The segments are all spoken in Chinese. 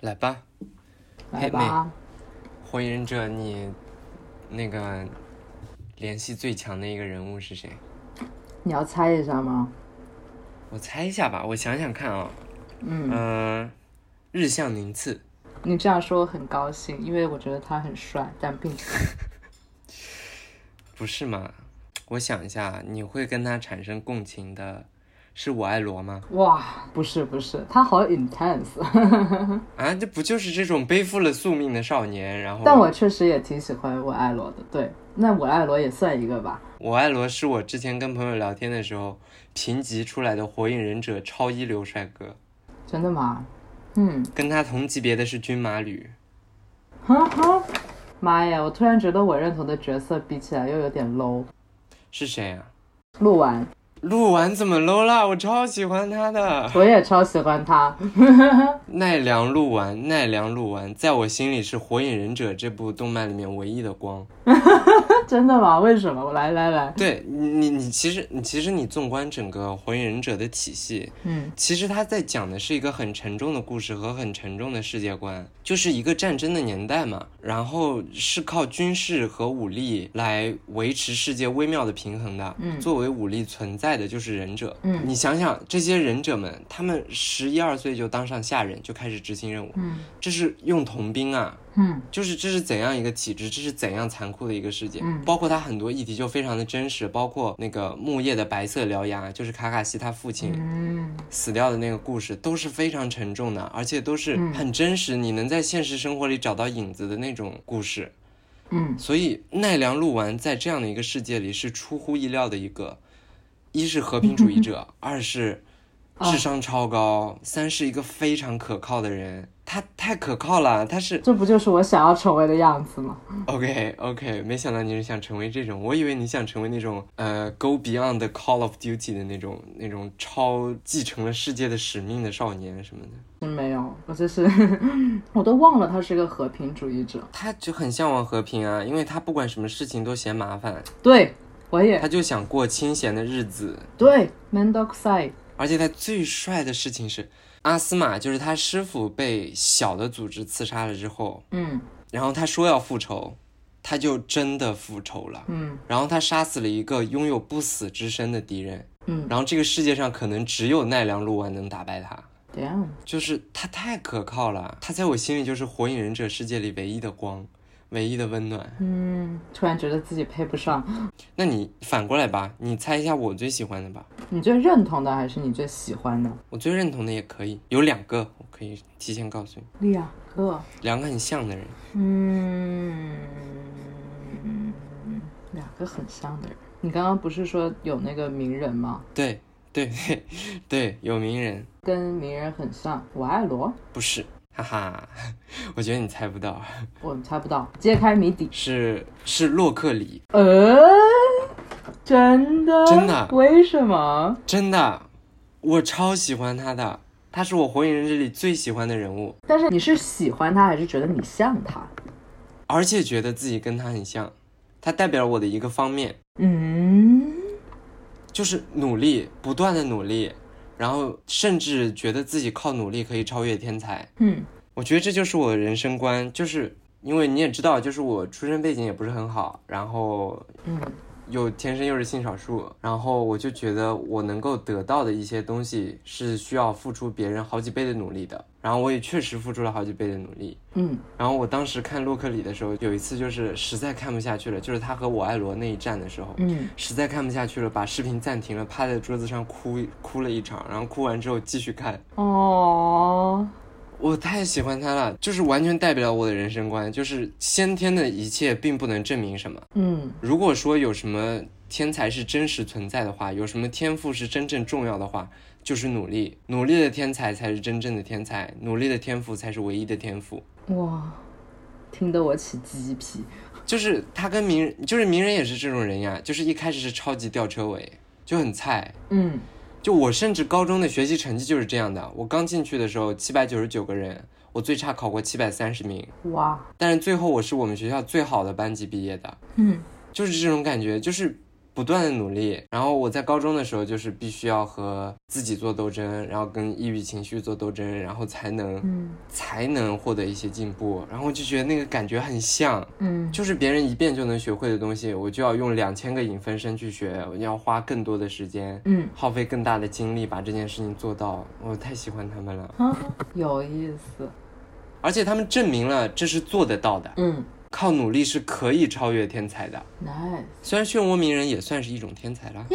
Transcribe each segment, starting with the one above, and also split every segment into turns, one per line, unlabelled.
来吧，
来吧，
火影忍者你那个联系最强的一个人物是谁？
你要猜一下吗？
我猜一下吧，我想想看啊、
嗯，
嗯、日向宁次，
你这样说我很高兴，因为我觉得他很帅，但并不
不是吗？我想一下，你会跟他产生共情的，是我爱罗吗？
哇，不是不是，他好 intense，
啊，这不就是这种背负了宿命的少年？然后，
但我确实也挺喜欢我爱罗的。对，那我爱罗也算一个吧。
我爱罗是我之前跟朋友聊天的时候评级出来的火影忍者超一流帅哥，
真的吗？嗯，
跟他同级别的是军马吕。
哈哈，妈呀！我突然觉得我认同的角色比起来又有点 low。
是谁啊？
录完，
鹿丸怎么 low 啦？我超喜欢他的
我也超喜欢他。
奈良鹿丸，奈良鹿丸在我心里是《火影忍者》这部动漫里面唯一的光。
真的吗？为什么？我来来来，
对你，你你其实你其实你纵观整个《火影忍者》的体系，
嗯
其实他在讲的是一个很沉重的故事和很沉重的世界观，就是一个战争的年代嘛，然后是靠军事和武力来维持世界微妙的平衡的。
嗯
作为武力存在的就是忍者。
嗯
你想想这些忍者们，他们十一二岁就当上下忍，就开始执行任务，
嗯
这是用童兵啊，
嗯
就是这是怎样一个体制，这是怎样残酷的一个世界，
嗯
包括他很多议题就非常的真实，包括那个木叶的白色獠牙，就是卡卡西他父亲
嗯，
死掉的那个故事，都是非常沉重的，而且都是
嗯
很真实，你能在现实生活里找到影子的那种故事。
嗯
所以奈良鹿丸在这样的一个世界里是出乎意料的一个，一是和平主义者，二是智商超高，三是一个非常可靠的人。他太可靠了，他是
这不就是我想要成为的样子吗？
OK OK，没想到你是想成为这种，我以为你想成为那种呃 Go Beyond the Call of Duty 的那种那种超继承了世界的使命的少年什么的。
真没有，我就是 我都忘了他是个和平主义者。
他就很向往和平啊，因为他不管什么事情都嫌麻烦，
对，我也
他就想过清闲的日子。
对 m a n d o x i
而且他最帅的事情是，阿斯玛就是他师傅被小的组织刺杀了之后，
嗯
然后他说要复仇，他就真的复仇了。
嗯
然后他杀死了一个拥有不死之身的敌人，
嗯
然后这个世界上可能只有奈良鹿丸能打败他，
，damn，
就是他太可靠了，他在我心里就是火影忍者世界里唯一的光，唯一的温暖。
嗯，突然觉得自己配不上。
那你反过来吧，你猜一下我最喜欢的吧，
你最认同的还是你最喜欢的？
我最认同的也可以，有两个，我可以提前告诉你，
两个，
两个很像的人，
嗯，两个很像的人。你刚刚不是说有那个名人吗？
对对 对对，有名人
跟名人很像，我爱罗，
不是，哈哈， 我觉得你猜不到，
我猜不到，揭开谜底。
是是洛克里，
呃，真的？
真的啊
为什么？
真的，我超喜欢他的，他是我火影忍者里最喜欢的人物。
但是你是喜欢他，还是觉得你像他？
而且觉得自己跟他很像，他代表了我的一个方面，
嗯，
就是努力，不断的努力，然后甚至觉得自己靠努力可以超越天才。
嗯
我觉得这就是我的人生观，就是因为你也知道，就是我出身背景也不是很好，然后
嗯
又天生又是性少数，然后我就觉得我能够得到的一些东西是需要付出别人好几倍的努力的，然后我也确实付出了好几倍的努力，
嗯
然后我当时看洛克里的时候，有一次就是实在看不下去了，就是他和我爱罗那一战的时候，
嗯，
实在看不下去了，把视频暂停了，趴在桌子上哭哭了一场，然后哭完之后继续看。
哦，
我太喜欢他了，就是完全代表我的人生观，就是先天的一切并不能证明什么。
嗯
如果说有什么天才是真实存在的话，有什么天赋是真正重要的话，就是努力，努力的天才才是真正的天才，努力的天赋才是唯一的天赋。
哇，听得我起鸡皮。
就是他跟名人，就是名人也是这种人呀，就是一开始是超级吊车尾，就很菜。
嗯
就我甚至高中的学习成绩就是这样的，我刚进去的时候七百九十九个人，我最差考过七百三十名，
哇，
但是最后我是我们学校最好的班级毕业的，
嗯
就是这种感觉，就是不断的努力。然后我在高中的时候就是必须要和自己做斗争，然后跟抑郁情绪做斗争，然后才能、
嗯
才能获得一些进步。然后就觉得那个感觉很像，
嗯
就是别人一遍就能学会的东西，我就要用两千个引分身去学，我要花更多的时间，
嗯，
耗费更大的精力把这件事情做到。我太喜欢他们了，
哈哈有意思，
而且他们证明了这是做得到的，
嗯
靠努力是可以超越天才的。
，nice，yeah，
虽然漩涡鸣人也算是一种天才啦，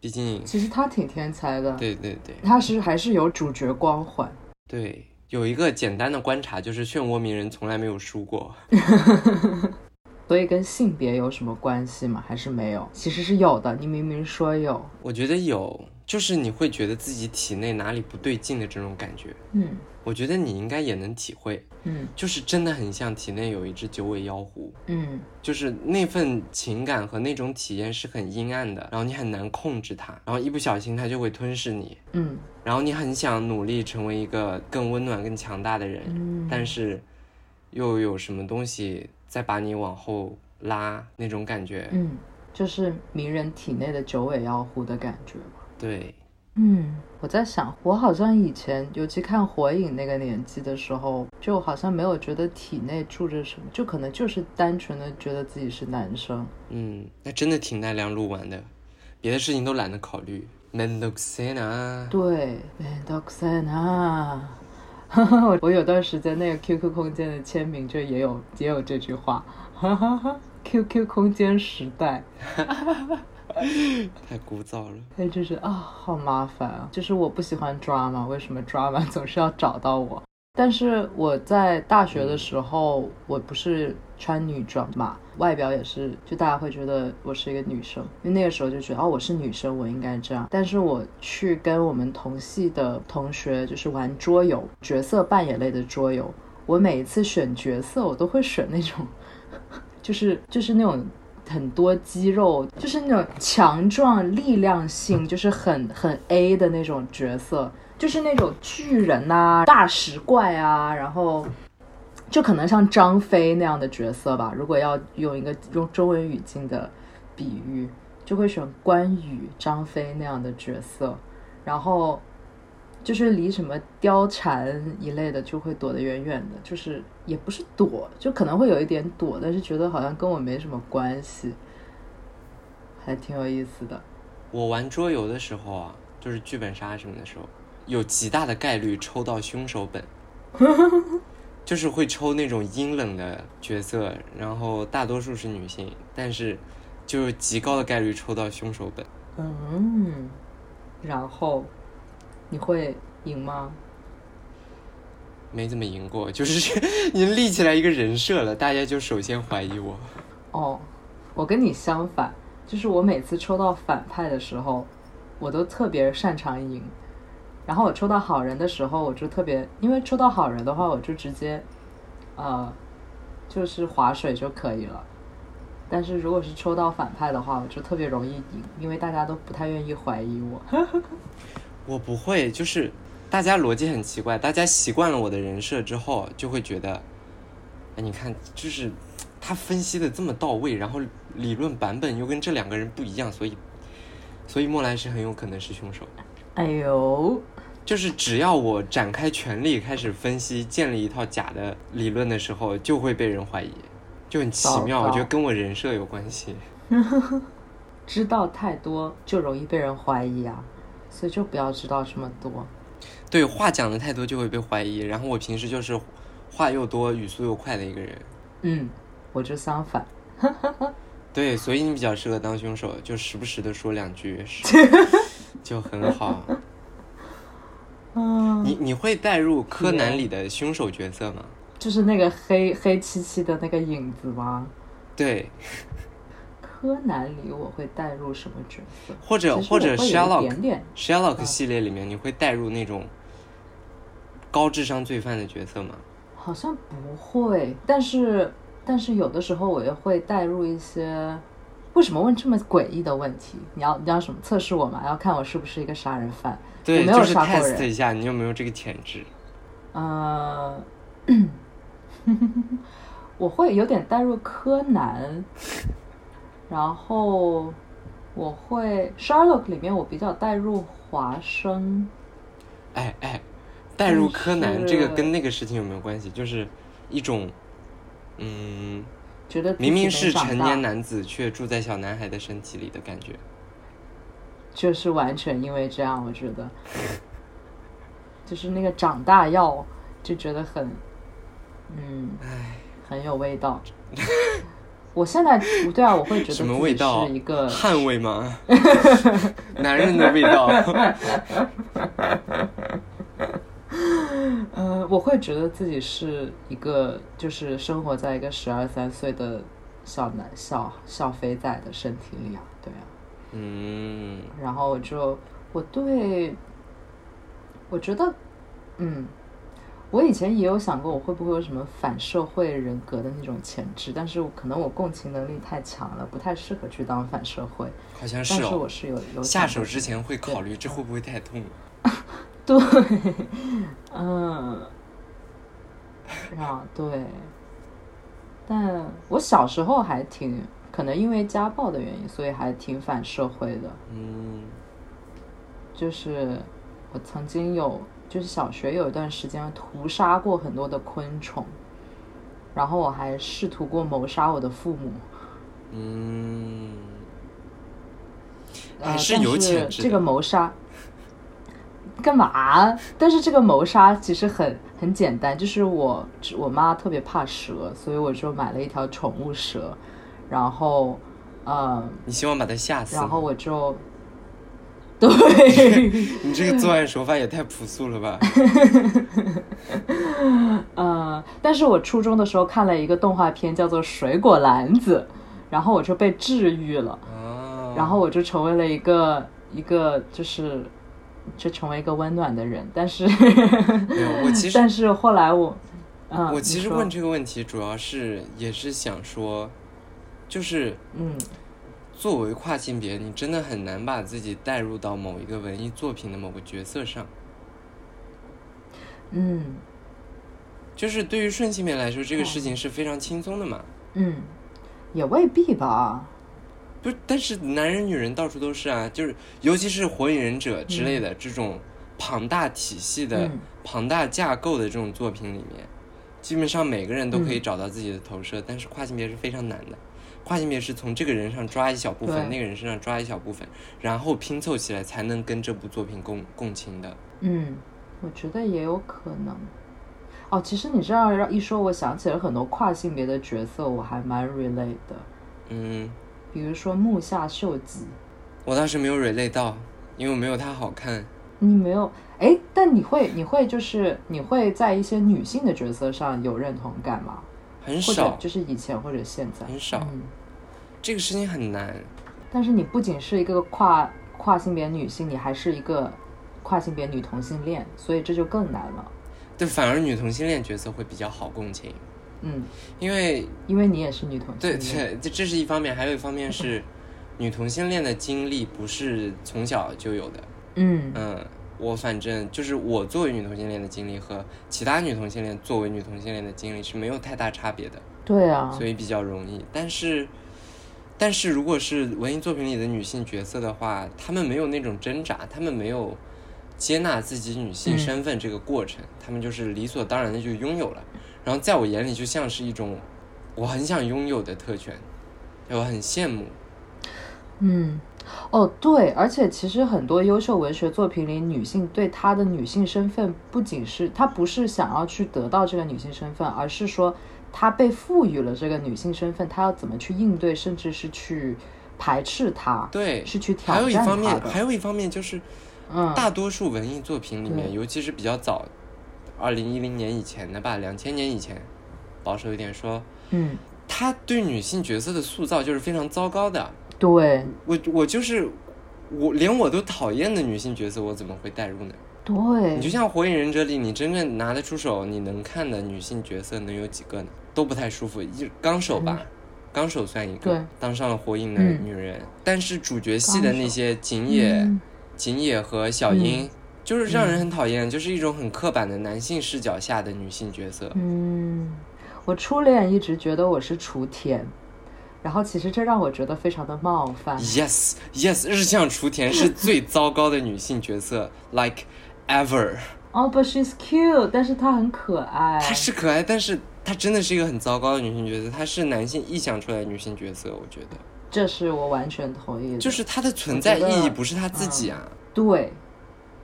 毕竟，
其实他挺天才的，
对对对
他是还是有主角光环，
对，有一个简单的观察就是漩涡鸣人从来没有输过。
所以跟性别有什么关系吗？还是没有？其实是有的，你明明说有，
我觉得有，就是你会觉得自己体内哪里不对劲的这种感觉，
嗯
我觉得你应该也能体会，
嗯
就是真的很像体内有一只九尾妖狐。
嗯
就是那份情感和那种体验是很阴暗的，然后你很难控制它，然后一不小心它就会吞噬你，
嗯
然后你很想努力成为一个更温暖、更强大的人，
嗯，
但是又有什么东西在把你往后拉那种感觉？
嗯，就是鸣人体内的九尾妖狐的感觉嘛。
对，
嗯，我在想，我好像以前，尤其看《火影》那个年纪的时候，就好像没有觉得体内住着什么，就可能就是单纯的觉得自己是男生。
嗯，那真的挺奈良鹿丸的，别的事情都懒得考虑。めんどくせえな。
对，哎，d o x n 啊， 哈哈，我我有段时间那个 QQ 空间的签名就也有也有这句话，哈哈哈，QQ 空间时代。
太枯燥了。
哎，就是啊，好麻烦啊！就是我不喜欢 drama，为什么 drama 总是要找到我？但是我在大学的时候，我不是穿女装嘛，外表也是，就大家会觉得我是一个女生，因为那个时候就觉得哦，我是女生，我应该这样。但是我去跟我们同系的同学就是玩桌游，角色扮演类的桌游，我每一次选角色，我都会选那种，就是就是那种很多肌肉，就是那种强壮、力量性，就是很很 A 的那种角色，就是那种巨人呐、大石怪啊，然后就可能像张飞那样的角色吧。如果要用一个用中文语境的比喻，就会选关羽、张飞那样的角色，然后就是离什么貂蝉一类的就会躲得远远的，就是也不是躲，就可能会有一点躲，但是觉得好像跟我没什么关系，还挺有意思的。
我玩桌游的时候啊，就是剧本杀什么的时候，有极大的概率抽到凶手本，就是会抽那种阴冷的角色，然后大多数是女性，但是就是极高的概率抽到凶手本。
嗯，然后你会赢吗？
没怎么赢过，就是 已经立起来一个人设了，大家就首先怀疑我。
哦，我跟你相反，就是我每次抽到反派的时候，我都特别擅长赢。然后我抽到好人的时候，我就特别，因为抽到好人的话，我就直接，呃，就是划水就可以了。但是如果是抽到反派的话，我就特别容易赢，因为大家都不太愿意怀疑我。
我不会，就是大家逻辑很奇怪，大家习惯了我的人设之后，就会觉得，哎，你看，就是他分析的这么到位，然后理论版本又跟这两个人不一样，所以，所以莫兰是很有可能是凶手。
哎呦，
就是只要我展开全力开始分析，建立一套假的理论的时候，就会被人怀疑，就很奇妙。
糟糕
我觉得跟我人设有关系。
知道太多就容易被人怀疑啊，所以就不要知道这么多。
对，话讲的太多就会被怀疑。然后我平时就是话又多、语速又快的一个人。
嗯，我就相反。
对，所以你比较适合当凶手，就时不时的说两句， 是就很好。
嗯，
你你会带入柯
是
南里的凶手角色吗？
就是那个黑黑漆漆的那个影子吗？
对，
柯南里我会带入什么角色？
或者
其实
或者
我会有一
Sherlock
点点
Sherlock
嗯
系列里面，你会带入那种高智商罪犯的角色吗？
好像不会，但是但是有的时候我也会带入一些。为什么问这么诡异的问题？你要你要什么测试我吗？要看我是不是一个杀人犯？
对，
没有
就是
杀过
test
人
一下你有没有这个潜质。
呃， 我会有点带入柯南，然后我会 Sherlock 里面我比较带入华生，
哎哎，代入柯南
是
这个跟那个事情有没有关系？就是一种，嗯，
觉得自己
明明
没
是
长
成
大
年男子却住在小男孩的身体里的感觉。
就是完全因为这样，我觉得，就是那个长大药就觉得很，嗯，很有味道。我现在对啊，我会觉得
什么
自己
味道
是一个
汗味 吗？男人的味道。
呃，我会觉得自己是一个，就是生活在一个十二三岁的小男小小肥仔的身体里啊，对啊。
嗯，
然后我就我对，我觉得，嗯，我以前也有想过我会不会有什么反社会人格的那种潜质，但是我可能我共情能力太强了，不太适合去当反社会。
好像
但
是
是
哦。
我是有有
下
想
手
过
之前会考虑这会不会太痛？
对，嗯，啊，对，但我小时候还挺，可能因为家暴的原因，所以还挺反社会的。
嗯
就是我曾经有，就是小学有一段时间屠杀过很多的昆虫，然后我还试图过谋杀我的父母。
嗯，
呃
还是
但
有
是
潜质
这
的
个谋杀干嘛？但是这个谋杀其实很很简单，就是我我妈特别怕蛇，所以我就买了一条宠物蛇，然后嗯，
你希望把他吓死吗？
然后我就 对。
你这个作案手法也太朴素了 吧？
呃，但是我初中的时候看了一个动画片，叫做《水果篮子》，然后我就被治愈了，
啊，
然后我就成为了一个一个就是就成为一个温暖的人。但是，
没有，我其实
但是后来我，嗯，
我
你
其实
说
问，这个问题，主要是也是想说，就是
嗯，
作为跨性别，你真的很难把自己带入到某一个文艺作品的某个角色上。
嗯
就是对于顺性别来说，这个事
哦
情是非常轻松的嘛。
嗯，也未必吧。
不是，但是男人女人到处都是啊，就是尤其是火影忍者之类的、这种庞大体系的、
嗯
庞大架构的这种作品里面，基本上每个人都可以
嗯
找到自己的投射，但是跨性别是非常难的。跨性别是从这个人上抓一小部分，
对
那个人身上抓一小部分，然后拼凑起来才能跟这部作品共共情的。
嗯，我觉得也有可能。哦，其实你这样让一说，我想起了很多跨性别的角色，我还蛮 relate 的，
嗯，
比如说木下秀吉。
我当时没有 relate 到，因为我没有他好看。
你没有哎，但你会你会就是你会在一些女性的角色上有认同感吗？
很
或者
少，
就是以前或者现在
很少
嗯，
这个事情很难。
但是你不仅是一个跨跨性别女性，你还是一个跨性别女同性恋，所以这就更难了。
对，反而女同性恋角色会比较好共情，
嗯，
因为
因为你也是女同性
对
恋。
对，这这是一方面，还有一方面 是，女同性恋的经历不是从小就有的。
嗯
嗯，我反正就是我作为女同性恋的经历和其他女同性恋作为女同性恋的经历是没有太大差别的，
对啊
所，以比较容易。但是，但是如果是文艺作品里的女性角色的话，她们没有那种挣扎，她们没有接纳自己女性
嗯
身份这个过程，她们就是理所当然的就拥有了。然后在我眼里，就像是一种我很想拥有的特权，我很羡慕。
嗯。哦，对，而且其实很多优秀文学作品里，女性对她的女性身份，不仅是她不是想要去得到这个女性身份，而是说她被赋予了这个女性身份，她要怎么去应对，甚至是去排斥它，
对，
是去挑
还有一
战
方
它
面，
的。
还有一方面就是
嗯
大多数文艺作品里面，
对
尤其是比较早，二零一零年以前的吧，两千年以前，保守一点说，
嗯，
他对女性角色的塑造就是非常糟糕的。
对
我我就是我，连我都讨厌的女性角色，我怎么会代入呢？你就
对，
像《火影忍者》里，你真正拿得出手、你能看的女性角色能有几个呢？都不太舒服。一纲手吧，纲手算一
嗯对
个，当上了火影的
嗯
女人。但是主角系的
纲
那
手
些景野、
嗯
锦野和小樱，就是让人很讨厌，就是一种很刻板的男性视角下的女性角色。
嗯，我初恋一直觉得我是雏田，然后其实这让我觉得非常的冒犯。
Yes, yes，日向雏田是最糟糕的女性角色，like ever。
哦、oh,，but she's cute，但是她很可爱。
她是可爱，但是她真的是一个很糟糕的女性角色，她是男性臆想出来的女性角色，我觉得。
这是我完全同意的。
就是她的存在意义不是她自己啊。
嗯、对，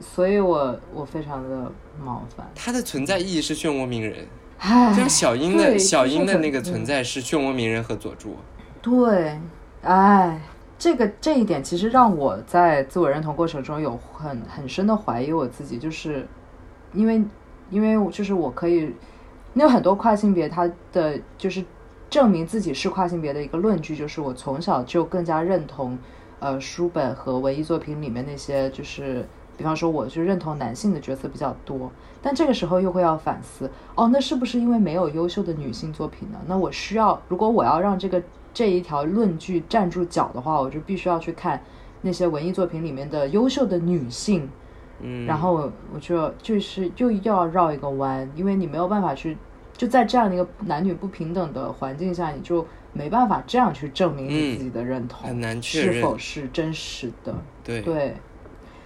所以我我非常的冒犯。
她的存在意义是漩涡鸣人。
唉，
像小樱的小樱的那个存在是漩涡鸣人和佐助。
对，哎，这个这一点其实让我在自我认同过程中有很很深的怀疑我自己，就是因为因为就是我可以，因为很多跨性别他的就是证明自己是跨性别的一个论据，就是我从小就更加认同，呃，书本和文艺作品里面那些就是。比方说，我就认同男性的角色比较多，但这个时候又会要反思，哦，那是不是因为没有优秀的女性作品呢？那我需要，如果我要让这个这一条论据站住脚的话，我就必须要去看那些文艺作品里面的优秀的女性，
嗯，
然后我就就是又又要绕一个弯，因为你没有办法去，就在这样的一个男女不平等的环境下，你就没办法这样去证明你自己的认同，
嗯、很难
确认是否是真实的，
对
对。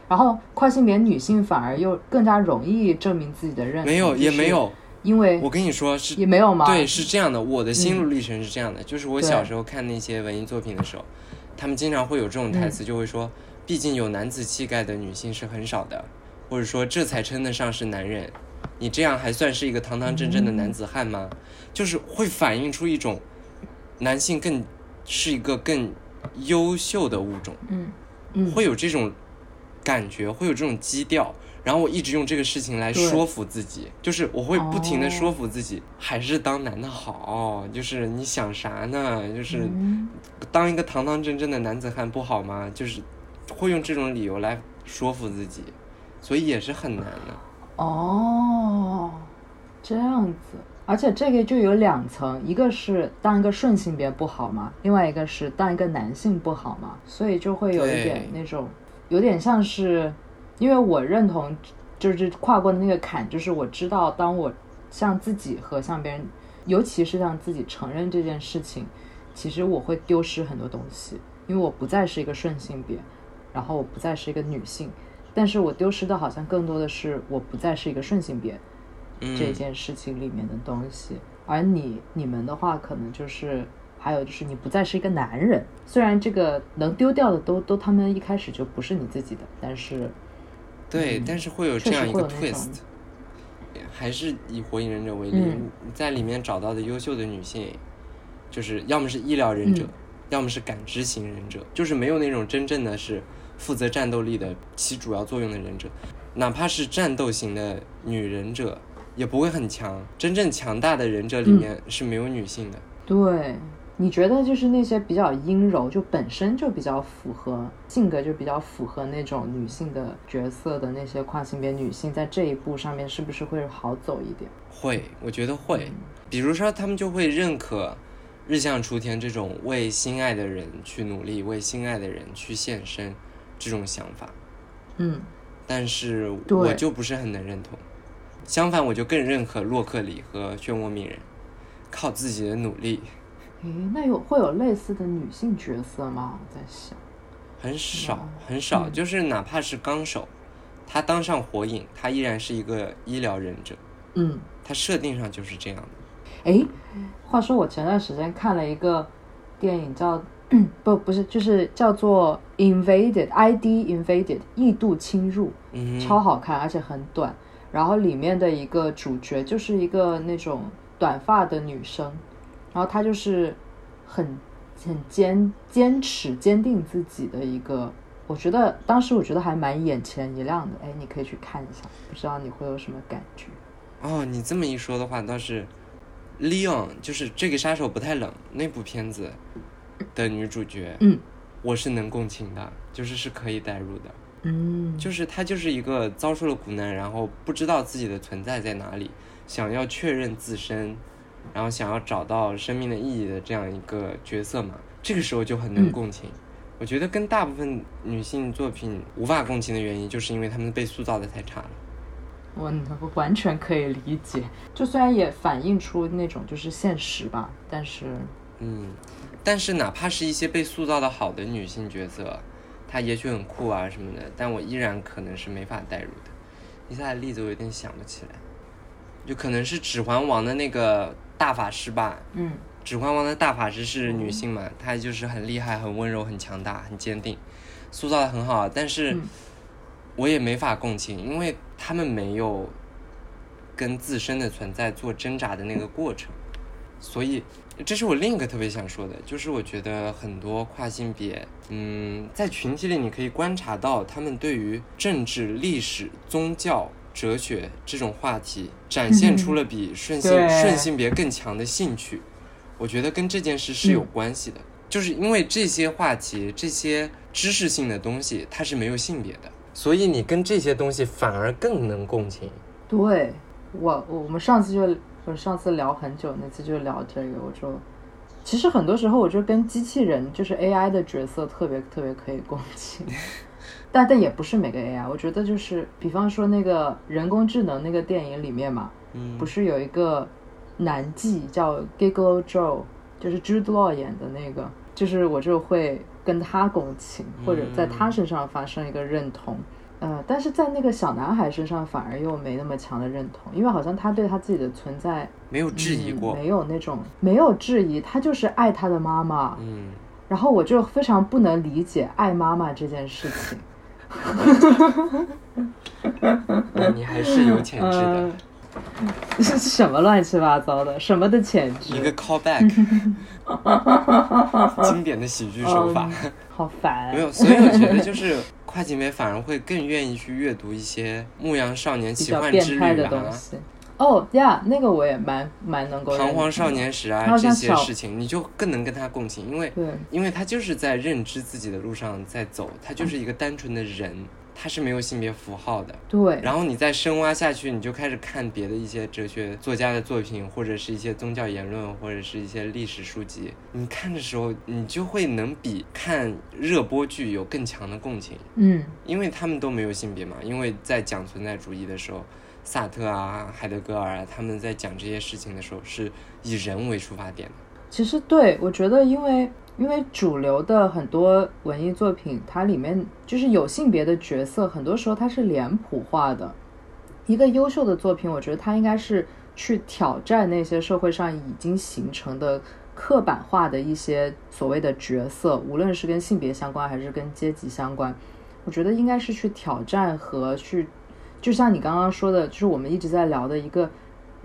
然后跨性别女性反而又更加容易证明自己的认同，
没有也没有，
因为
我跟你说是
也没有吗？
对，是这样的，我的心路历程是这样的，嗯、就是我小时候看那些文艺作品的时候，他们经常会有这种台词，就会说，嗯、毕竟有男子气概的女性是很少的，或者说这才称得上是男人，你这样还算是一个堂堂正正的男子汉吗？嗯、就是会反映出一种男性更是一个更优秀的物种，
嗯嗯，
会有这种。感觉会有这种基调，然后我一直用这个事情来说服自己，就是我会不停的说服自己，哦、还是当男的好，就是你想啥呢？就是
嗯
当一个堂堂正正的男子汉不好吗？就是会用这种理由来说服自己，所以也是很难的。
哦，这样子，而且这个就有两层，一个是当一个顺性别不好嘛，另外一个是当一个男性不好嘛，所以就会有一点那种。有点像是，因为我认同，就是跨过的那个坎，就是我知道，当我向自己和向别人，尤其是向自己承认这件事情，其实我会丢失很多东西，因为我不再是一个顺性别，然后我不再是一个女性，但是我丢失的好像更多的是我不再是一个顺性别、
嗯、
这件事情里面的东西，而你你们的话，可能就是。还有就是你不再是一个男人，虽然这个能丢掉的都都他们一开始就不是你自己的，但是，
对，
嗯、
但是会有这样一个 twist，还是以火影忍者为例，嗯、在里面找到的优秀的女性，就是要么是医疗忍者，
嗯、
要么是感知型忍者，就是没有那种真正的是负责战斗力的起主要作用的忍者，哪怕是战斗型的女忍者也不会很强，真正强大的忍者里面是没有女性的，
对。你觉得就是那些比较阴柔，就本身就比较符合性格，就比较符合那种女性的角色的那些跨性别女性，在这一步上面是不是会好走一点？
会，我觉得会。嗯、比如说，他们就会认可日向雏田这种为心爱的人去努力、为心爱的人去献身这种想法。
嗯，
但是我就不是很能认同。相反，我就更认可洛克里和漩涡鸣人，靠自己的努力。
诶，那有会有类似的女性角色吗？我在想，
很
哦
少很
嗯
少，就是哪怕是纲手，他当上火影，他依然是一个医疗忍者。
嗯，
他设定上就是这样的。
诶，话说我前段时间看了一个电影叫，叫、嗯、不不是，就是叫做 Invaded ID Invaded 异度侵入，
嗯、
超好看，而且很短。然后里面的一个主角就是一个那种短发的女生。然后她就是很很坚坚持坚定自己的一个，我觉得当时我觉得还蛮眼前一亮的。哎，你可以去看一下，不知道你会有什么感觉？
哦，你这么一说的话，倒是，Leon 就是这个杀手不太冷那部片子的女主角，
嗯，
我是能共情的，就是是可以代入的，
嗯，
就是她就是一个遭受了苦难，然后不知道自己的存在在哪里，想要确认自身。然后想要找到生命的意义的这样一个角色嘛，这个时候就很能共情。
嗯、
我觉得跟大部分女性作品无法共情的原因，就是因为她们被塑造的太差了。
我完全可以理解，就虽然也反映出那种就是现实吧，但是
嗯，但是哪怕是一些被塑造的好的女性角色，她也许很酷啊什么的，但我依然可能是没法代入的。一下例子我有点想不起来，就可能是《指环王》的那个大法师吧，
嗯，
《指环王》的大法师是女性嘛，她就是很厉害、很温柔、很强大、很坚定，塑造的很好啊，但是
嗯
我也没法共情，因为他们没有跟自身的存在做挣扎的那个过程，所以这是我另一个特别想说的，就是我觉得很多跨性别，嗯，在群体里你可以观察到他们对于政治、历史、宗教、哲学这种话题展现出了比顺性、
嗯对
顺性别更强的兴趣，我觉得跟这件事是
嗯
有关系的，就是因为这些话题、这些知识性的东西，它是没有性别的，所以你跟这些东西反而更能共情。
对我，我们上次就我上次聊很久，那次就聊这个，我就其实很多时候我就跟机器人，就是 AI 的角色特别特别可以共情， 但但也不是每个 AI，我觉得就是比方说那个人工智能那个电影里面嘛，
嗯
不是有一个男妓叫 Gigolo Joe，就是蜘蛛老演的那个，就是我就会跟他共情，或者在
嗯
他身上发生一个认同。呃，但是在那个小男孩身上反而又没那么强的认同，因为好像他对他自己的存在
没有质疑
嗯
过，
没有那种没有质疑，他就是爱他的妈妈。
嗯，
然后我就非常不能理解爱妈妈这件事情。
那你还是有潜质
嗯
的。
这是呃 什么乱七八糟的？什么的潜质？嗯
一个 callback，经典的喜剧手法。
嗯好 烦。
没有，所以我觉得就是跨境美反而会更愿意去阅读一些《牧羊少年
比
奇
较
幻之
变态
旅
的》东
啊。
西。哦呀，那个我也蛮蛮能够认
彷徨少年时啊，
嗯
这些
好像小
事情你就更能跟他共情，因为
对
因为他就是在认知自己的路上在走，他就是一个单纯的人，他是没有性别符号的。
对，
然后你再深挖下去，你就开始看别的一些哲学作家的作品，或者是一些宗教言论，或者是一些历史书籍。你看的时候，你就会能比看热播剧有更强的共情，
嗯
因为他们都没有性别嘛。因为在讲存在主义的时候，萨特啊、海德格尔啊，他们在讲这些事情的时候，是以人为出发点的。
其实对我觉得，因为因为主流的很多文艺作品，它里面就是有性别的角色，很多时候它是脸谱化的。一个优秀的作品，我觉得它应该是去挑战那些社会上已经形成的刻板化的一些所谓的角色，无论是跟性别相关还是跟阶级相关，我觉得应该是去挑战和去，就像你刚刚说的，就是我们一直在聊的一个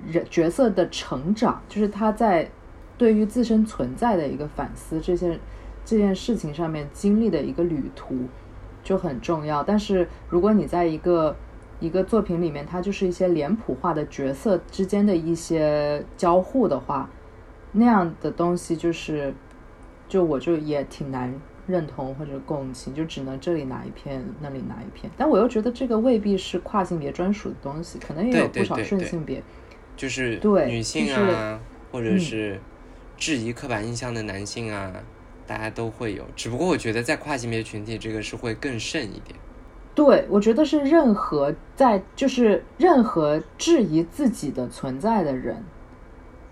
人角色的成长，就是他在对于自身存在的一个反思，这些这件事情上面经历的一个旅途就很重要。但是如果你在一个一个作品里面，它就是一些脸谱化的角色之间的一些交互的话，那样的东西就是，就我就也挺难认同或者共情，就只能这里拿一片，那里拿一片。但我又觉得这个未必是跨性别专属的东西，可能也
对
有
对
不少
对
顺
对
性别。
就是
对
女性
就
啊，或者
嗯
是质疑刻板印象的男性啊，大家都会有。只不过我觉得在跨性别群体这个是会更甚一点。
对，我觉得是任何在就是任何质疑自己的存在的人，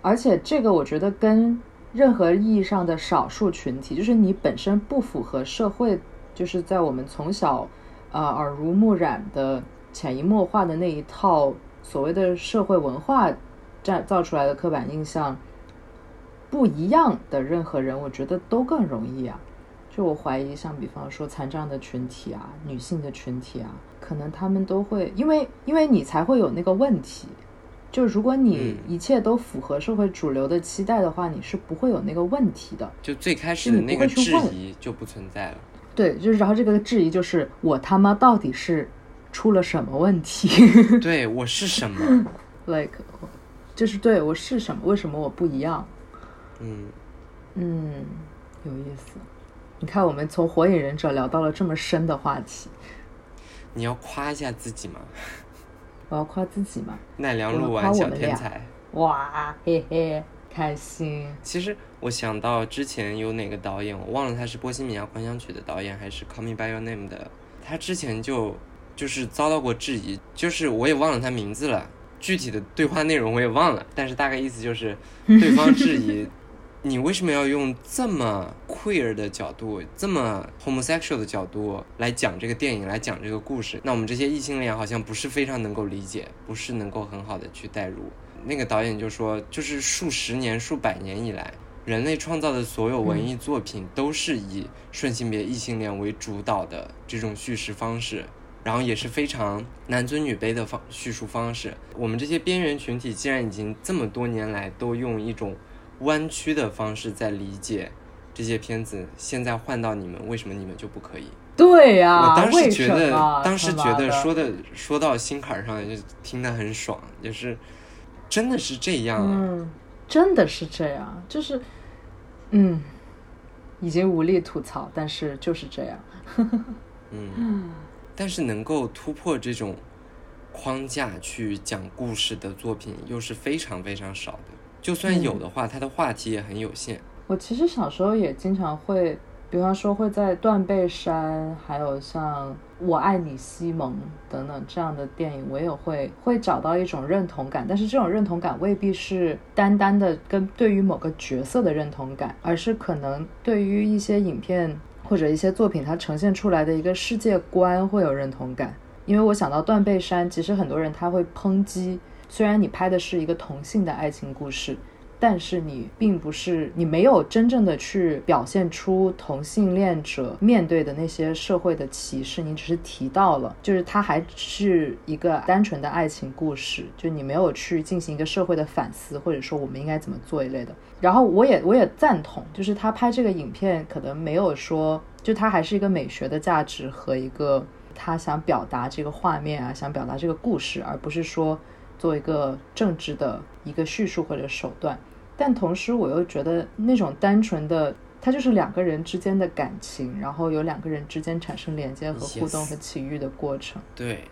而且这个我觉得跟任何意义上的少数群体，就是你本身不符合社会，就是在我们从小呃耳濡目染的潜移默化的那一套所谓的社会文化造造出来的刻板印象不一样的任何人，我觉得都更容易啊。就我怀疑，像比方说残障的群体啊，女性的群体啊，可能他们都会，因为因为你才会有那个问题。就如果你
嗯
一切都符合社会主流的期待的话，你是不会有那个问题的。
就最开始的那个
就你
质
嗯不会去
疑就不存在 了。
对，就是然后这个质疑就是我他妈到底是出了什么问题
对我是什么？
？like，就是对我是什么？为什么我不一样？
嗯，
嗯，有意思。你看，我们从《火影忍者》聊到了这么深的话题，
你要夸一下自己嘛。
我要夸自己嘛？
奈良
我
鹿
夸
丸
我
小
们
天
俩
才。
哇，嘿嘿，开心。
其实我想到之前有哪个导演，我忘了他是《波西米亚狂想曲》的导演还是《Call Me by Your Name》的，他之前就就是遭到过质疑，就是我也忘了他名字了，具体的对话内容我也忘了，但是大概意思就是对方质疑你为什么要用这么 queer 的角度，这么 homosexual 的角度来讲这个电影，来讲这个故事？那我们这些异性恋好像不是非常能够理解，不是能够很好的去代入。那个导演就说，就是数十年、数百年以来，人类创造的所有文艺作品都是以顺性别异性恋为主导的这种叙事方式，然后也是非常男尊女卑的方叙述方式。我们这些边缘群体既然已经这么多年来都用一种弯曲的方式在理解这些片子，现在换到你们，为什么你们就不可以？
对呀、
我当时
啊为
觉
什
得，
么？
当时
他
觉
妈
得
的
说的说到心坎儿上，就听得很爽，就是真的是这样啊。
嗯，真的是这样，就是，嗯，已经无力吐槽，但是就是这样。
嗯，但是能够突破这种框架去讲故事的作品，又是非常非常少的。就
嗯
算有的话，它的话题也很有限。
我其实小时候也经常会，比方说会在《断背山》，还有像《我爱你西蒙》等等这样的电影，我也会会找到一种认同感，但是这种认同感未必是单单的跟对于某个角色的认同感，而是可能对于一些影片或者一些作品它呈现出来的一个世界观会有认同感。因为我想到《断背山》，其实很多人他会抨击，虽然你拍的是一个同性的爱情故事，但是你并不是，你没有真正的去表现出同性恋者面对的那些社会的歧视，你只是提到了，就是它还是一个单纯的爱情故事，就你没有去进行一个社会的反思，或者说我们应该怎么做一类的。然后我也我也赞同，就是他拍这个影片可能没有说，就他还是一个美学的价值和一个他想表达这个画面啊，想表达这个故事，而不是说做一个政治的一个叙述或者手段。但同时我又觉得那种单纯的，它就是两个人之间的感情，然后有两个人之间产生连接和互动
Yes
和情欲的过程。
对，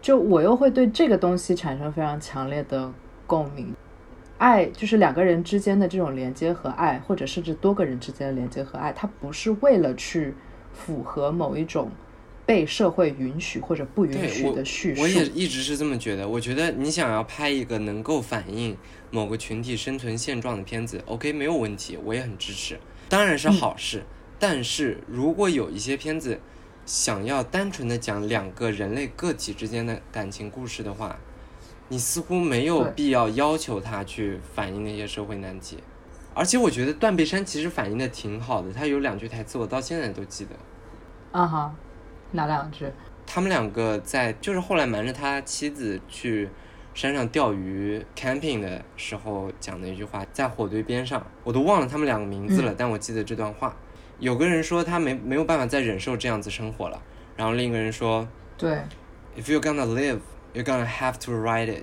就我又会对这个东西产生非常强烈的共鸣。爱就是两个人之间的这种连接和爱，或者甚至多个人之间的连接和爱，它不是为了去符合某一种被社会允许或者不允
对
许
我
的嗯叙
我也
述。
一直是这么觉得。我觉得你想要拍一个能够反映某个群体生存现状的片子，OK，没有问题，我也很支持，当然是
嗯
好事。但是如果有一些片子想要单纯的讲两个人类个体之间的感情故事的话，你似乎没有
对
必要要求他去反映那些社会难题。而且我觉得《断背山》其实反映的挺好的，它有两句台词我到现在都记得。
啊哈，哪两句？
他们两个在就是后来瞒着他妻子去山上钓鱼 camping 的时候讲的一句话，在火堆边上，我都忘了他们两个名字了，但我记得这段话。有个人说他没没有办法再忍受这样子生活了，然后另一个人说
对，
If you're gonna live, you're gonna have to ride it。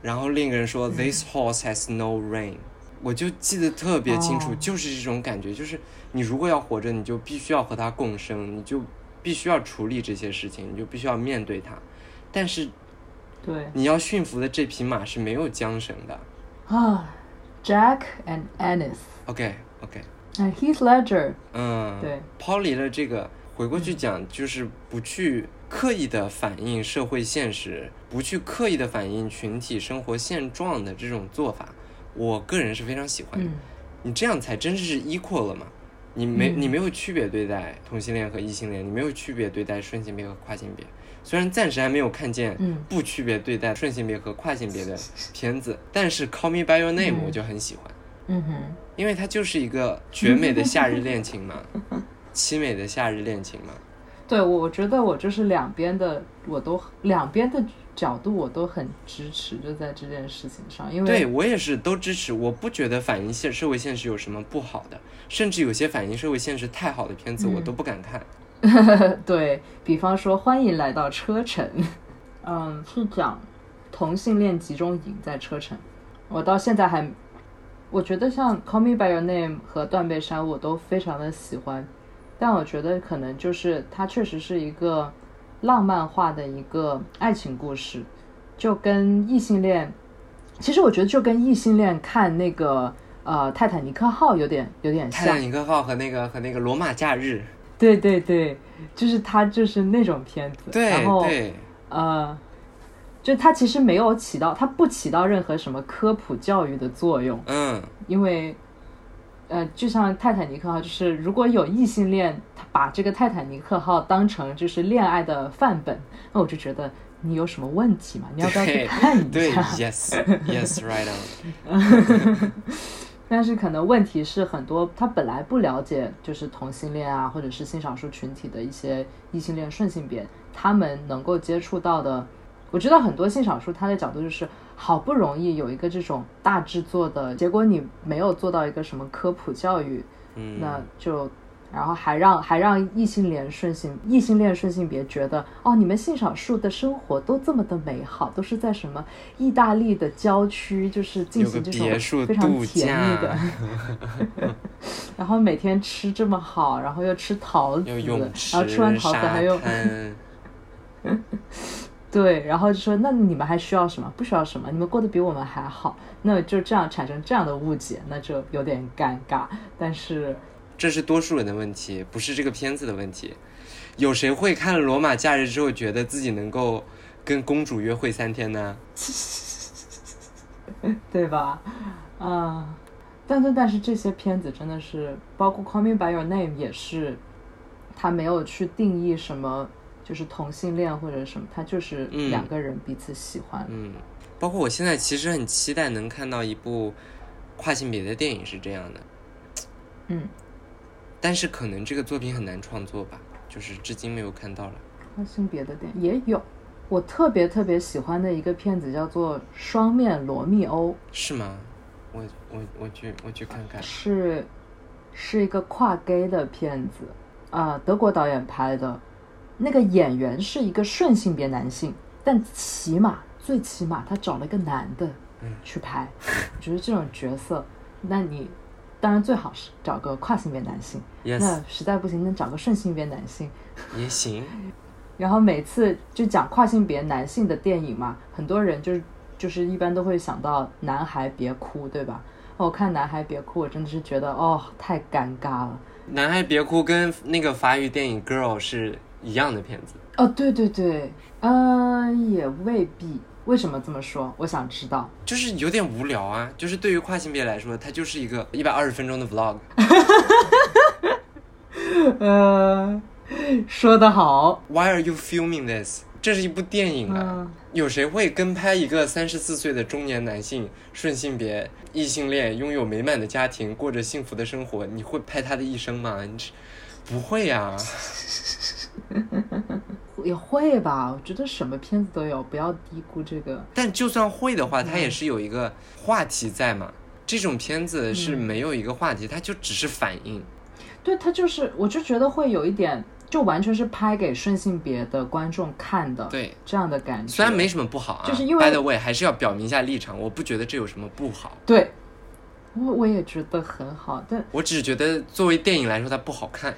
然后另一个人说、This horse has no rein。我就记得特别清楚
哦
就是这种感觉，就是你如果要活着，你就必须要和它共生，你就必须要处理这些事情，你就必须要面对它。但是
对
你要驯服的这匹马是没有缰绳的。
啊，Jack and Anis
OK OK，
and Heath Ledger，
嗯，
对，
抛离了这个，回过去讲，就是不去刻意的反映社会现实，不去刻意的反映群体生活现状的这种做法，我个人是非常喜欢的。
嗯，
你这样才真是 equal 了嘛？你没
嗯
你没有区别对待同性恋和异性恋，你没有区别对待顺性别和跨性别。虽然暂时还没有看见
嗯
不区别对待顺性别和跨性别的片子，但是《Call Me by Your Name》
嗯
我就很喜欢。
嗯哼，
因为它就是一个绝美的夏日恋情 嘛，凄美的夏日恋情嘛。
对我，我觉得我就是两边的，我都两边的角度我都很支持，就在这件事情上，因为
对我也是都支持，我不觉得反映现社会现实有什么不好的，甚至有些反映社会现实太好的片子
嗯
我都不敢看。
啊对比方说，欢迎来到车城，嗯，是讲同性恋集中营在车城。我到现在还，我觉得像《Call Me by Your Name》和《断背山》，我都非常的喜欢，但我觉得可能就是它确实是一个浪漫化的一个爱情故事，就跟异性恋，其实我觉得就跟异性恋看那个呃《泰坦尼克号》有点有点
泰
像
坦。尼克号和那个和那个罗马假日，
对对对，就是它就是那种片子，
对
然后。
对，
呃，就它其实没有起到，它不起到任何什么科普教育的作用，
嗯，
因为呃，就像泰坦尼克号，就是如果有异性恋，他把这个泰坦尼克号当成就是恋爱的范本，那我就觉得你有什么问题嘛？你要不要去看一下？
对，yes yes right
on。但是可能问题是很多他本来不了解，就是同性恋啊，或者是性少数群体的一些异性恋、顺性别，他们能够接触到的，我知道很多性少数他的角度就是好不容易有一个这种大制作的，结果你没有做到一个什么科普教育，
嗯，
那就然后还让还让异性恋顺性异性恋顺性别觉得哦，你们性少数的生活都这么的美好，都是在什么意大利的郊区，就是进行这种非常甜蜜的。然后每天吃这么好，然后又吃桃 子，然后吃完桃子还有，对，然后就说那你们还需要什么？不需要什么，你们过得比我们还好，那就这样产生这样的误解，那就有点尴尬。但是
这是多数人的问题，不是这个片子的问题。有谁会看《罗马假日》之后觉得自己能够跟公主约会三天呢？
对吧？啊、呃。但但但是这些片子真的是，包括《Call Me by Your Name》也是，他没有去定义什么就是同性恋或者什么，他就是两个人彼此喜欢。
嗯，嗯包括我现在其实很期待能看到一部跨性别的电影是这样的。
嗯，
但是可能这个作品很难创作吧，就是至今没有看到了。
跨性别的电影也有，我特别特别喜欢的一个片子叫做《双面罗密欧》。
是吗？我我我去我去看看，
是是一个跨 gay 的片子啊、呃，德国导演拍的，那个演员是一个顺性别男性，但起码最起码他找了一个男的去拍，我觉得这种角色，那你当然最好是找个跨性别男性
，yes.
那实在不行能找个顺性别男性
也行。
然后每次就讲跨性别男性的电影嘛，很多人就是。就是一般都会想到《男孩别哭》，对吧？我、哦、看《男孩别哭》，我真的是觉得哦，太尴尬了。
《男孩别哭》跟那个法语电影《Girl》是一样的片子。
哦，对对对，嗯、呃，也未必。为什么这么说？我想知道。
就是有点无聊啊，就是对于跨性别来说，它就是一个一百二十分钟的 vlog。
呃，说得好。呃
Why are you filming this？这是一部电影啊，嗯、有谁会跟拍一个三十四岁的中年男性顺性别异性恋，拥有美满的家庭，过着幸福的生活？你会拍他的一生吗？你不会呀、
啊，也会吧？我觉得什么片子都有，不要低估这个。
但就算会的话，它也是有一个话题在嘛。嗯、这种片子
嗯
是没有一个话题，它就只是反应。
对，它就是，我就觉得会有一点。就完全是拍给顺性别的观众看的，
对
这样的感觉，
虽然没什么不好啊，
就是因为
by the way 还是要表明一下立场，我不觉得这有什么不好。
对，我我也觉得很好，但
我只是觉得作为电影来说它不好看。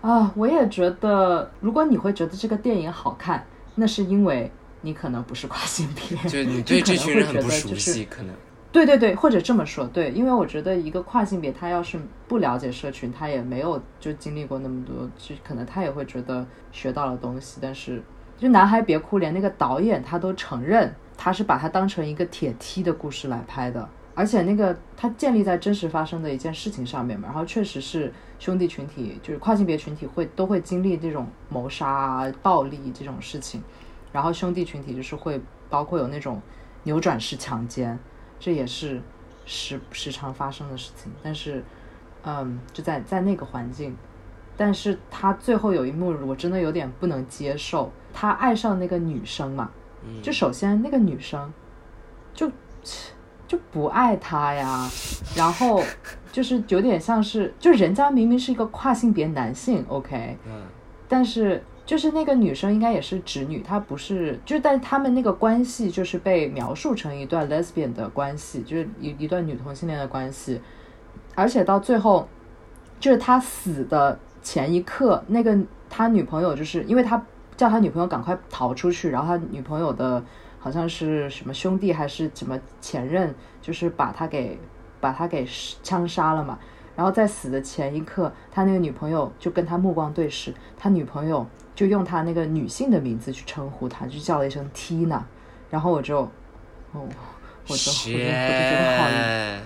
啊，我也觉得，如果你会觉得这个电影好看，那是因为你可能不是跨性别，
就
你
对这群人很不熟
悉，
可能。
对对对，或者这么说，对，因为我觉得一个跨性别，他要是不了解社群，他也没有就经历过那么多，就可能他也会觉得学到了东西。但是，就男孩别哭，连那个导演他都承认，他是把它当成一个铁梯的故事来拍的，而且那个他建立在真实发生的一件事情上面嘛。然后确实是兄弟群体，就是跨性别群体会都会经历这种谋杀、啊、暴力这种事情，然后兄弟群体就是会包括有那种扭转式强奸。这也是时时常发生的事情，但是，嗯，就在在那个环境，但是他最后有一幕我真的有点不能接受，他爱上那个女生嘛，就首先那个女生就就不爱他呀，然后就是有点像是，就人家明明是一个跨性别男性，OK，但
嗯
是。就是那个女生应该也是直女，她不是，就是但他们那个关系就是被描述成一段 lesbian 的关系，就是一一段女同性恋的关系，而且到最后，就是他死的前一刻，那个他女朋友就是因为他叫他女朋友赶快逃出去，然后他女朋友的好像是什么兄弟还是什么前任，就是把他给把他给枪杀了嘛，然后在死的前一刻，他那个女朋友就跟他目光对视，他女朋友。就用他那个女性的名字去称呼他，就叫了一声 Tina，然后我就，哦，我就我就觉得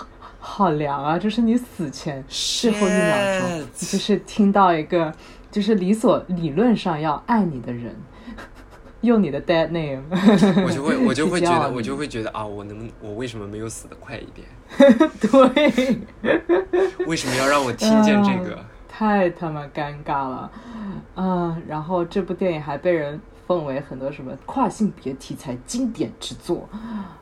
好考量啊，就是你死前最后一秒钟，就是听到一个就是理所理论上要爱你的人。用你的 dead name，
我就会我就会觉得我就会觉得啊，我能我为什么没有死的快一点？
对，
为什么要让我听见这 个？
啊、太他妈尴尬了，啊！然后这部电影还被人奉为很多什么跨性别题材经典之作，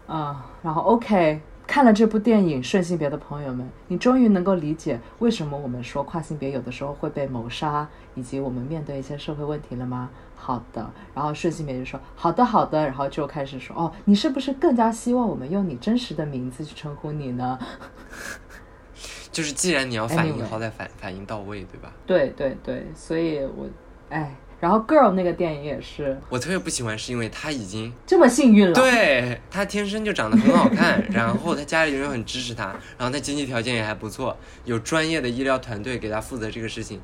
啊！然后 OK，看了这部电影，顺性别的朋友们，你终于能够理解为什么我们说跨性别有的时候会被谋杀，以及我们面对一些社会问题了吗？好的，然后顺性别就说好的好的，然后就开始说哦，你是不是更加希望我们用你真实的名字去称呼你呢？
就是既然你要反应，好歹反反应到位，对吧？
对对对，所以我哎，然后 girl 那个电影也是，
我特别不喜欢，是因为他已经
这么幸运了，
对他天生就长得很好 看，然后他家里人很支持他，然后他经济条件也还不错，有专业的医疗团队给他负责这个事情，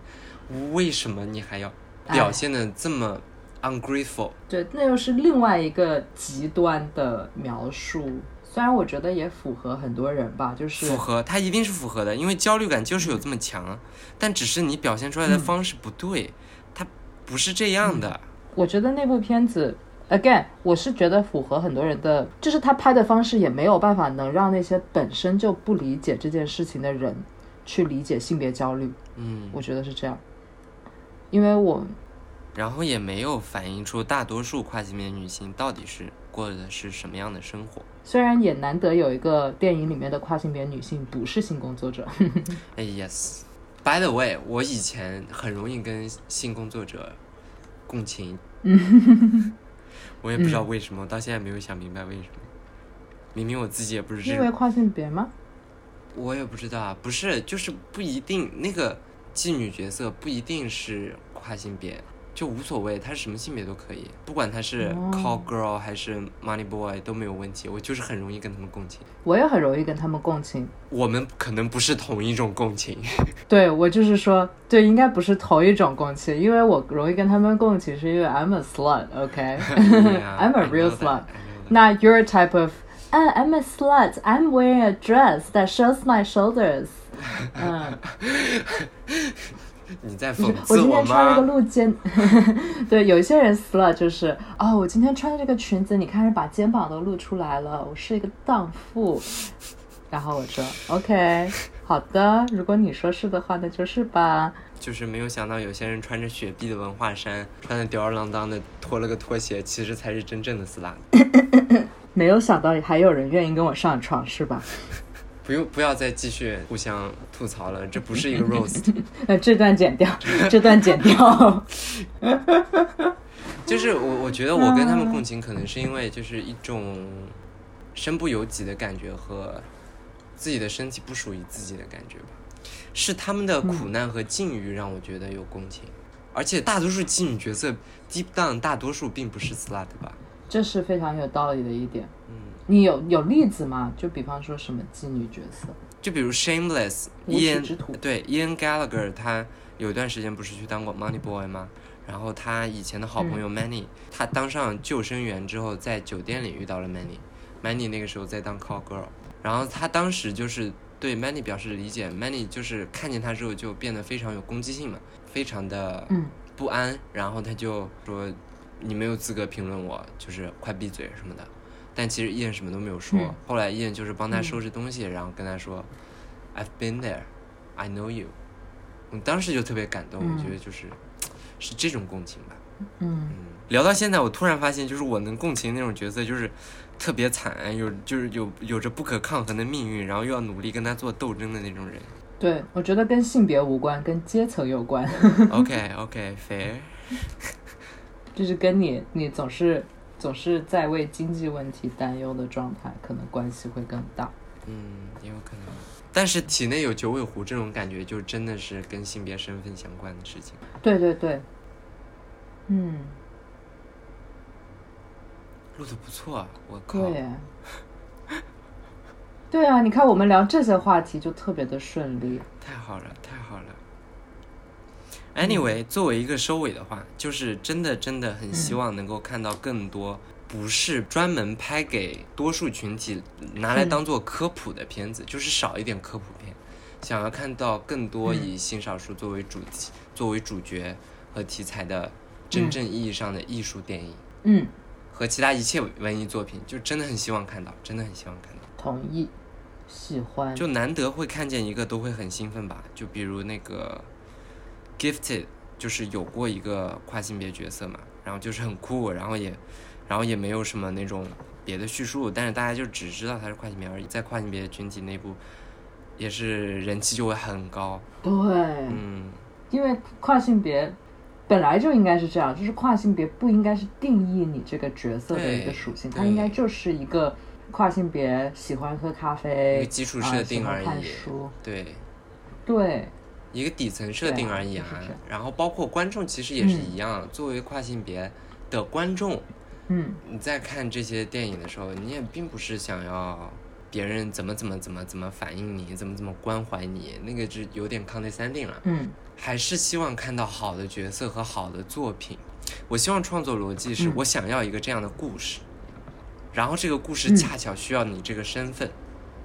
为什么你还要表现的这么？ungrateful，
对，那又是另外一个极端的描述。虽然我觉得也符合很多人吧，就是
符合，它一定是符合的，因为焦虑感就是有这么强，嗯、但只是你表现出来的方式不对，嗯、它不是这样的。
我觉得那部片子，again，我是觉得符合很多人的，就是他拍的方式也没有办法能让那些本身就不理解这件事情的人去理解性别焦虑。
嗯，
我觉得是这样，因为我。
然后也没有反映出大多数跨性别女性到底是过的是什么样的生活。
虽然也难得有一个电影里面的跨性别女性不是性工作者。
哎 yes。By the way，我以前很容易跟性工作者共 情，我也不
嗯
知道为什么，我到现在没有想明白为什么。明明我自己也不是
因为跨性别吗？
我也不知道啊，不是，就是不一定那个妓女角色不一定是跨性别。就无所谓，他是什么性别都可以，不管他是
哦
call girl 还是 money boy 都没有问题。我就是很容易跟他们共情，
我也很容易跟他们共情。
我们可能不是同一种共 情，
对我就是说，对，应该不是同一种共情，因为我容易跟他们共情，是因为 I'm a
哎
slut，OK，I'm、okay? a real slut，not your type of。Oh, I'm a slut. I'm wearing a dress that shows my shoulders. 嗯。
你在讽刺我吗？
我今天穿了个露肩， 对，有一些人撕了就是哦，我今天穿的这个裙子，你看是把肩膀都露出来了，我是一个荡妇。然后我说 OK，好的，如果你说是的话，那就是吧。
就是没有想到有些人穿着雪碧的文化衫，穿的吊儿郎当的，拖了个拖鞋，其实才是真正的撕拉。
没有想到还有人愿意跟我上床，是吧？
不用，不要再继续互相吐槽了，这不是一个 roast。
呃，这段剪掉，这段剪掉。
就是我，我觉得我跟他们共情，可能是因为就是一种身不由己的感觉和自己的身体不属于自己的感觉吧。是他们的
嗯
苦难和境遇让我觉得有共情，嗯、而且大多数妓女角色 deep down 大多数并不是 slut 吧。
这是非常有道理的一点。
嗯。
你有有例子吗？就比方说什么妓女角色，
就比如 Shameless，伊恩对伊恩 Gallagher，他有段时间不是去当过 Money Boy 吗？然后他以前的好朋友 Manny，、嗯、他当上救生员之后，在酒店里遇到了 Manny，Manny 那个时候在当 Call Girl，然后他当时就是对 Manny 表示理解，Manny 就是看见他之后就变得非常有攻击性嘛，非常的不安，然后他就说你没有资格评论我，就是快闭嘴什么的。但其实伊恩什么都没有说。
嗯、
后来伊恩就是帮他收拾东西，嗯、然后跟他说：“I've been there, I know you。”我当时就特别感动，
嗯、
我觉得就是是这种共情吧。
嗯，
聊到现在，我突然发现，就是我能共情那种角色，就是特别惨，有就是有有着不可抗衡的命运，然后又要努力跟他做斗争的那种 人。
对，我觉得跟性别无关，跟阶层有关。
OK OK fair，
就是跟你你总是。总是在为经济问题担忧的状态，可能关系会更大。
嗯，也有可能。但是体内有九尾狐这种感觉，就真的是跟性别身份相关的事情。
对对对，嗯，
录的不错啊！我靠，
对，对啊！你看我们聊这些话题就特别的顺利，
太好了，太好了。Anyway，、嗯、作为一个收尾的话，就是真的真的很希望能够看到更多不是专门拍给多数群体拿来当做科普的片子，就是少一点科普片，想要看到更多以性少数作为主题、作为主角和题材的真正意义上的艺术电影
嗯，
和其他一切文艺作品，就真的很希望看到，真的很希望看到，
同意，喜欢，
就难得会看见一个都会很兴奋吧，就比如那个《Gifted》，就是有过一个跨性别角色嘛，然后就是很酷，然后也然后也没有什么那种别的叙述，但是大家就只知道他是跨性别而已，在跨性别群体内部也是人气就会很高，
对，
嗯，
因为跨性别本来就应该是这样，就是跨性别不应该是定义你这个角色的一个
对
属性，
对
它应该就是一个跨性别喜欢喝咖
一个
啡、
基础
啊
设定而
喜欢看
已，
书，
对。
对，
一个底层设定
对啊
而已啊
就是这样。
然后包括观众其实也是
嗯
一样，作为跨性别的观众，
嗯，
你在看这些电影的时候，你也并不是想要别人怎么怎么怎么怎么反应你，怎么怎么关怀你，那个就有点 condescending 了。
嗯
还是希望看到好的角色和好的作品。我希望创作逻辑是
嗯
我想要一个这样的故事，然后这个故事
嗯
恰巧需要你这个身份，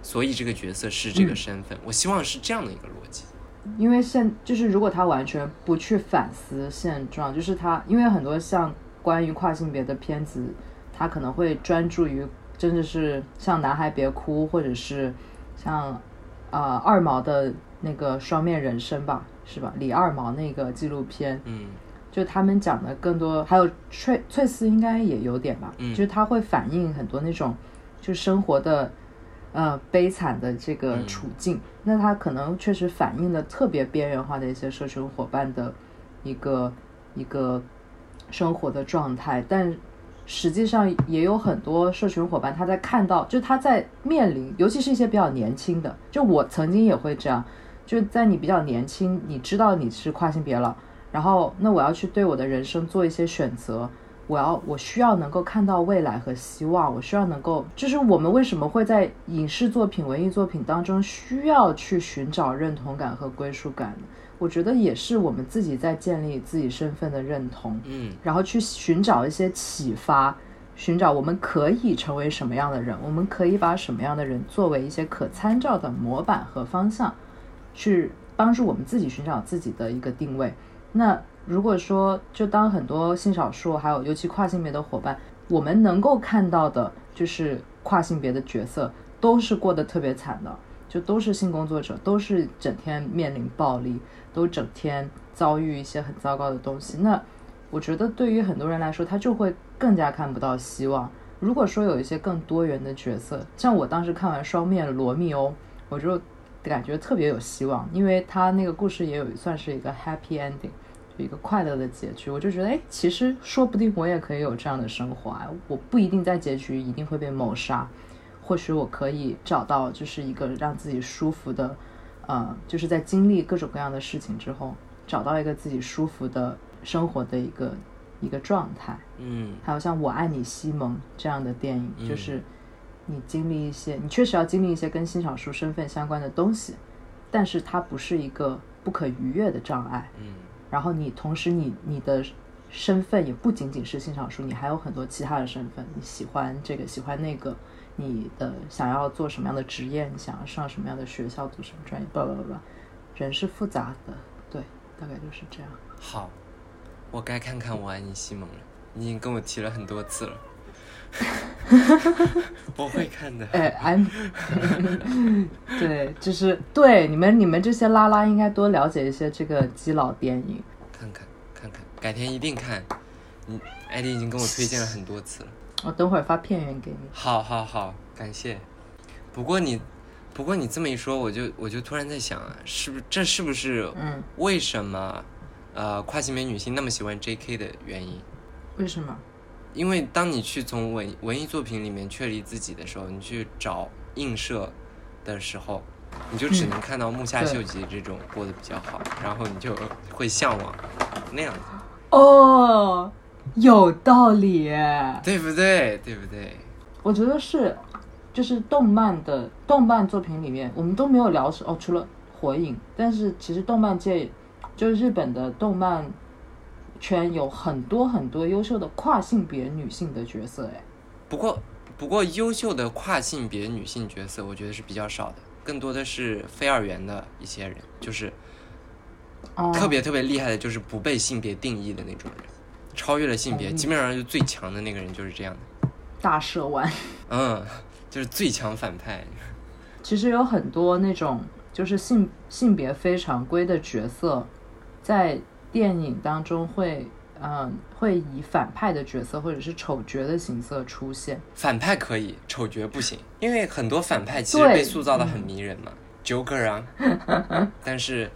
所以这个角色是这个
嗯
身份。我希望是这样的一个逻辑。
因为现就是如果他完全不去反思现状，就是他因为很多像关于跨性别的片子，他可能会专注于真的是像《男孩别哭》或者是像呃二毛的那个《双面人生》吧，是吧？李二毛那个纪录片，
嗯
就他们讲的更多，还有翠翠丝应该也有点吧，
嗯
就是他会反映很多那种就生活的呃悲惨的这个
嗯
处境，那他可能确实反映了特别边缘化的一些社群伙伴的一个一个生活的状态，但实际上也有很多社群伙伴，他在看到，就他在面临，尤其是一些比较年轻的，就我曾经也会这样，就在你比较年轻，你知道你是跨性别了，然后那我要去对我的人生做一些选择，我要我需要能够看到未来和希望，我需要能够，就是我们为什么会在影视作品、文艺作品当中需要去寻找认同感和归属感呢？我觉得也是我们自己在建立自己身份的认同。
嗯，
然后去寻找一些启发，寻找我们可以成为什么样的人，我们可以把什么样的人作为一些可参照的模板和方向，去帮助我们自己寻找自己的一个定位。那如果说，就当很多性少数还有尤其跨性别的伙伴，我们能够看到的就是跨性别的角色都是过得特别惨的，就都是性工作者，都是整天面临暴力，都整天遭遇一些很糟糕的东西。那我觉得对于很多人来说，他就会更加看不到希望。如果说有一些更多元的角色，像我当时看完《双面罗密欧》，我就感觉特别有希望，因为他那个故事也有算是一个 happy ending，就一个快乐的结局。我就觉得，哎，其实说不定我也可以有这样的生活啊！我不一定在结局一定会被谋杀，或许我可以找到就是一个让自己舒服的，呃，就是在经历各种各样的事情之后，找到一个自己舒服的生活的一个一个状态。
嗯
还有像《我爱你西蒙》这样的电影，
嗯
就是你经历一些，你确实要经历一些跟性少数身份相关的东西，但是它不是一个不可逾越的障碍。
嗯
然后你同时你你的身份也不仅仅是性少数，你还有很多其他的身份，你喜欢这个喜欢那个，你的想要做什么样的职业，你想要上什么样的学校，读什么专业，叭叭叭叭，人是复杂的，对，大概就是这样。
好，我该看看《我爱你，西蒙》了。你已经跟我提了很多次了， 我会看的。
哎，I'm，对，就是对你们你们这些拉拉应该多了解一些这个基佬电影，
看看看看，改天一定看。你艾迪已经跟我推荐了很多次了。
我等会儿发片源给你。
好好好，感谢。不过你，不过你这么一说，我就我就突然在想啊，是不是这是不是
嗯，
为什么呃跨性别女性那么喜欢 J.K. 的原因？
为什么？
因为当你去从文文艺作品里面确立自己的时候，你去找映射的时候，你就只能看到木下秀吉这种过得比较好，然后你就会向往那样子，
哦，有道理耶。
对不对？对不对？
我觉得是，就是动漫的动漫作品里面，我们都没有聊是哦，除了火影，但是其实动漫界，就是日本的动漫圈有很多很多优秀的跨性别女性的角色，哎，
不过不过优秀的跨性别女性角色，我觉得是比较少的，更多的是非二元的一些人，就是
哦
特别特别厉害的，就是不被性别定义的那种人，超越了性别，基本上就最强的那个人就是这样的，
大蛇丸。
嗯，就是最强反派，
其实有很多那种就是性性别非常规的角色，在电影当中会嗯会以反派的角色或者是丑角的形色出现。
反派可以，丑角不行，因为很多反派其实
对嗯
被塑造的很迷人嘛，Joker 啊， 但是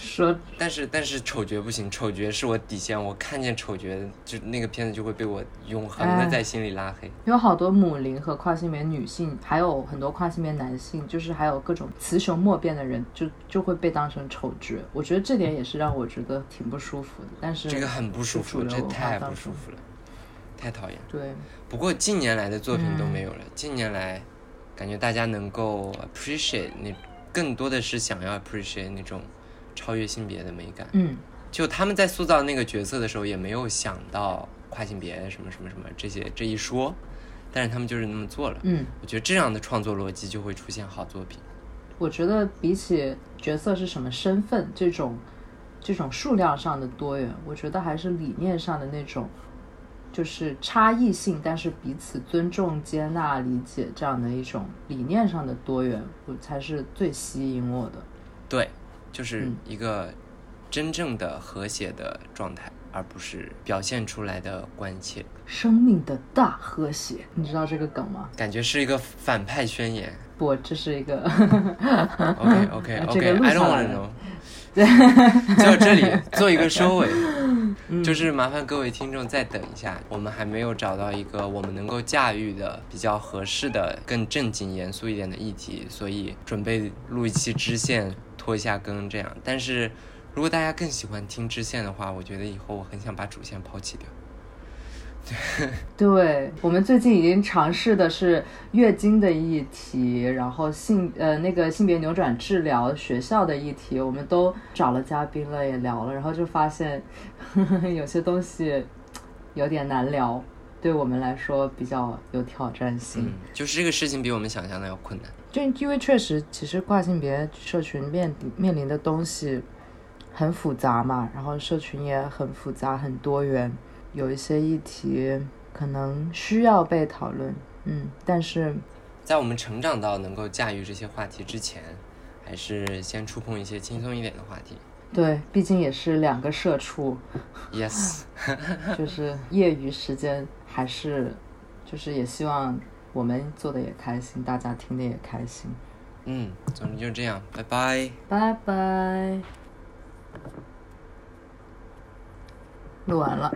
说
但是但是丑角不行，丑角是我底线，我看见丑角就那个片子就会被我永恒的
哎
在心里拉黑。
有好多母灵和跨性别女性，还有很多跨性别男性，就是还有各种雌雄莫辨的人，就就会被当成丑角。我觉得这点也是让我觉得挺不舒服的。但是
这个很不舒
是
服，
主流
这
文化
太
当
不舒
中
服了，太讨厌了。
对，
不过近年来的作品都
嗯
没有了，近年来感觉大家能够 appreciate 那更多的是想要 appreciate 那种超越性别的美感。
嗯，
就他们在塑造那个角色的时候，也没有想到跨性别什么什么什么这些这一说，但是他们就是那么做了。
嗯，
我觉得这样的创作逻辑就会出现好作品。
我觉得比起角色是什么身份这种这种数量上的多元，我觉得还是理念上的那种，就是差异性，但是彼此尊重、接纳、理解这样的一种理念上的多元，我才是最吸引我的。
对，就是
嗯
一个真正的和谐的状态，而不是表现出来的关切。
生命的大和谐，你知道这个梗吗？
感觉是一个反派宣言。
不，这是一个
OK OK
啊这个
OK，I、
录
don't
下来
wanna know。就这里做一个收尾，就是
嗯
麻烦各位听众再等一下，我们还没有找到一个我们能够驾驭的、比较合适的、更正经、严肃一点的议题，所以准备录一期支线，拖一下更这样。但是如果大家更喜欢听支线的话，我觉得以后我很想把主线抛弃掉。
对我们最近已经尝试的是月经的议题，然后性呃那个性别扭转治疗学校的议题，我们都找了嘉宾了，也聊了，然后就发现 呵呵有些东西有点难聊，对我们来说比较有挑战性。
嗯，就是这个事情比我们想象的要困难。
就因为确实，其实跨性别社群面面临的东西很复杂嘛，然后社群也很复杂、很多元，有一些议题可能需要被讨论，嗯，但是
在我们成长到能够驾驭这些话题之前，还是先触碰一些轻松一点的话题。
对，毕竟也是两个社畜，
Yes，
就是业余时间还是，就是也希望我们做的也开心，大家听的也开心，
嗯，总之就这样，拜拜。
拜拜，录完了。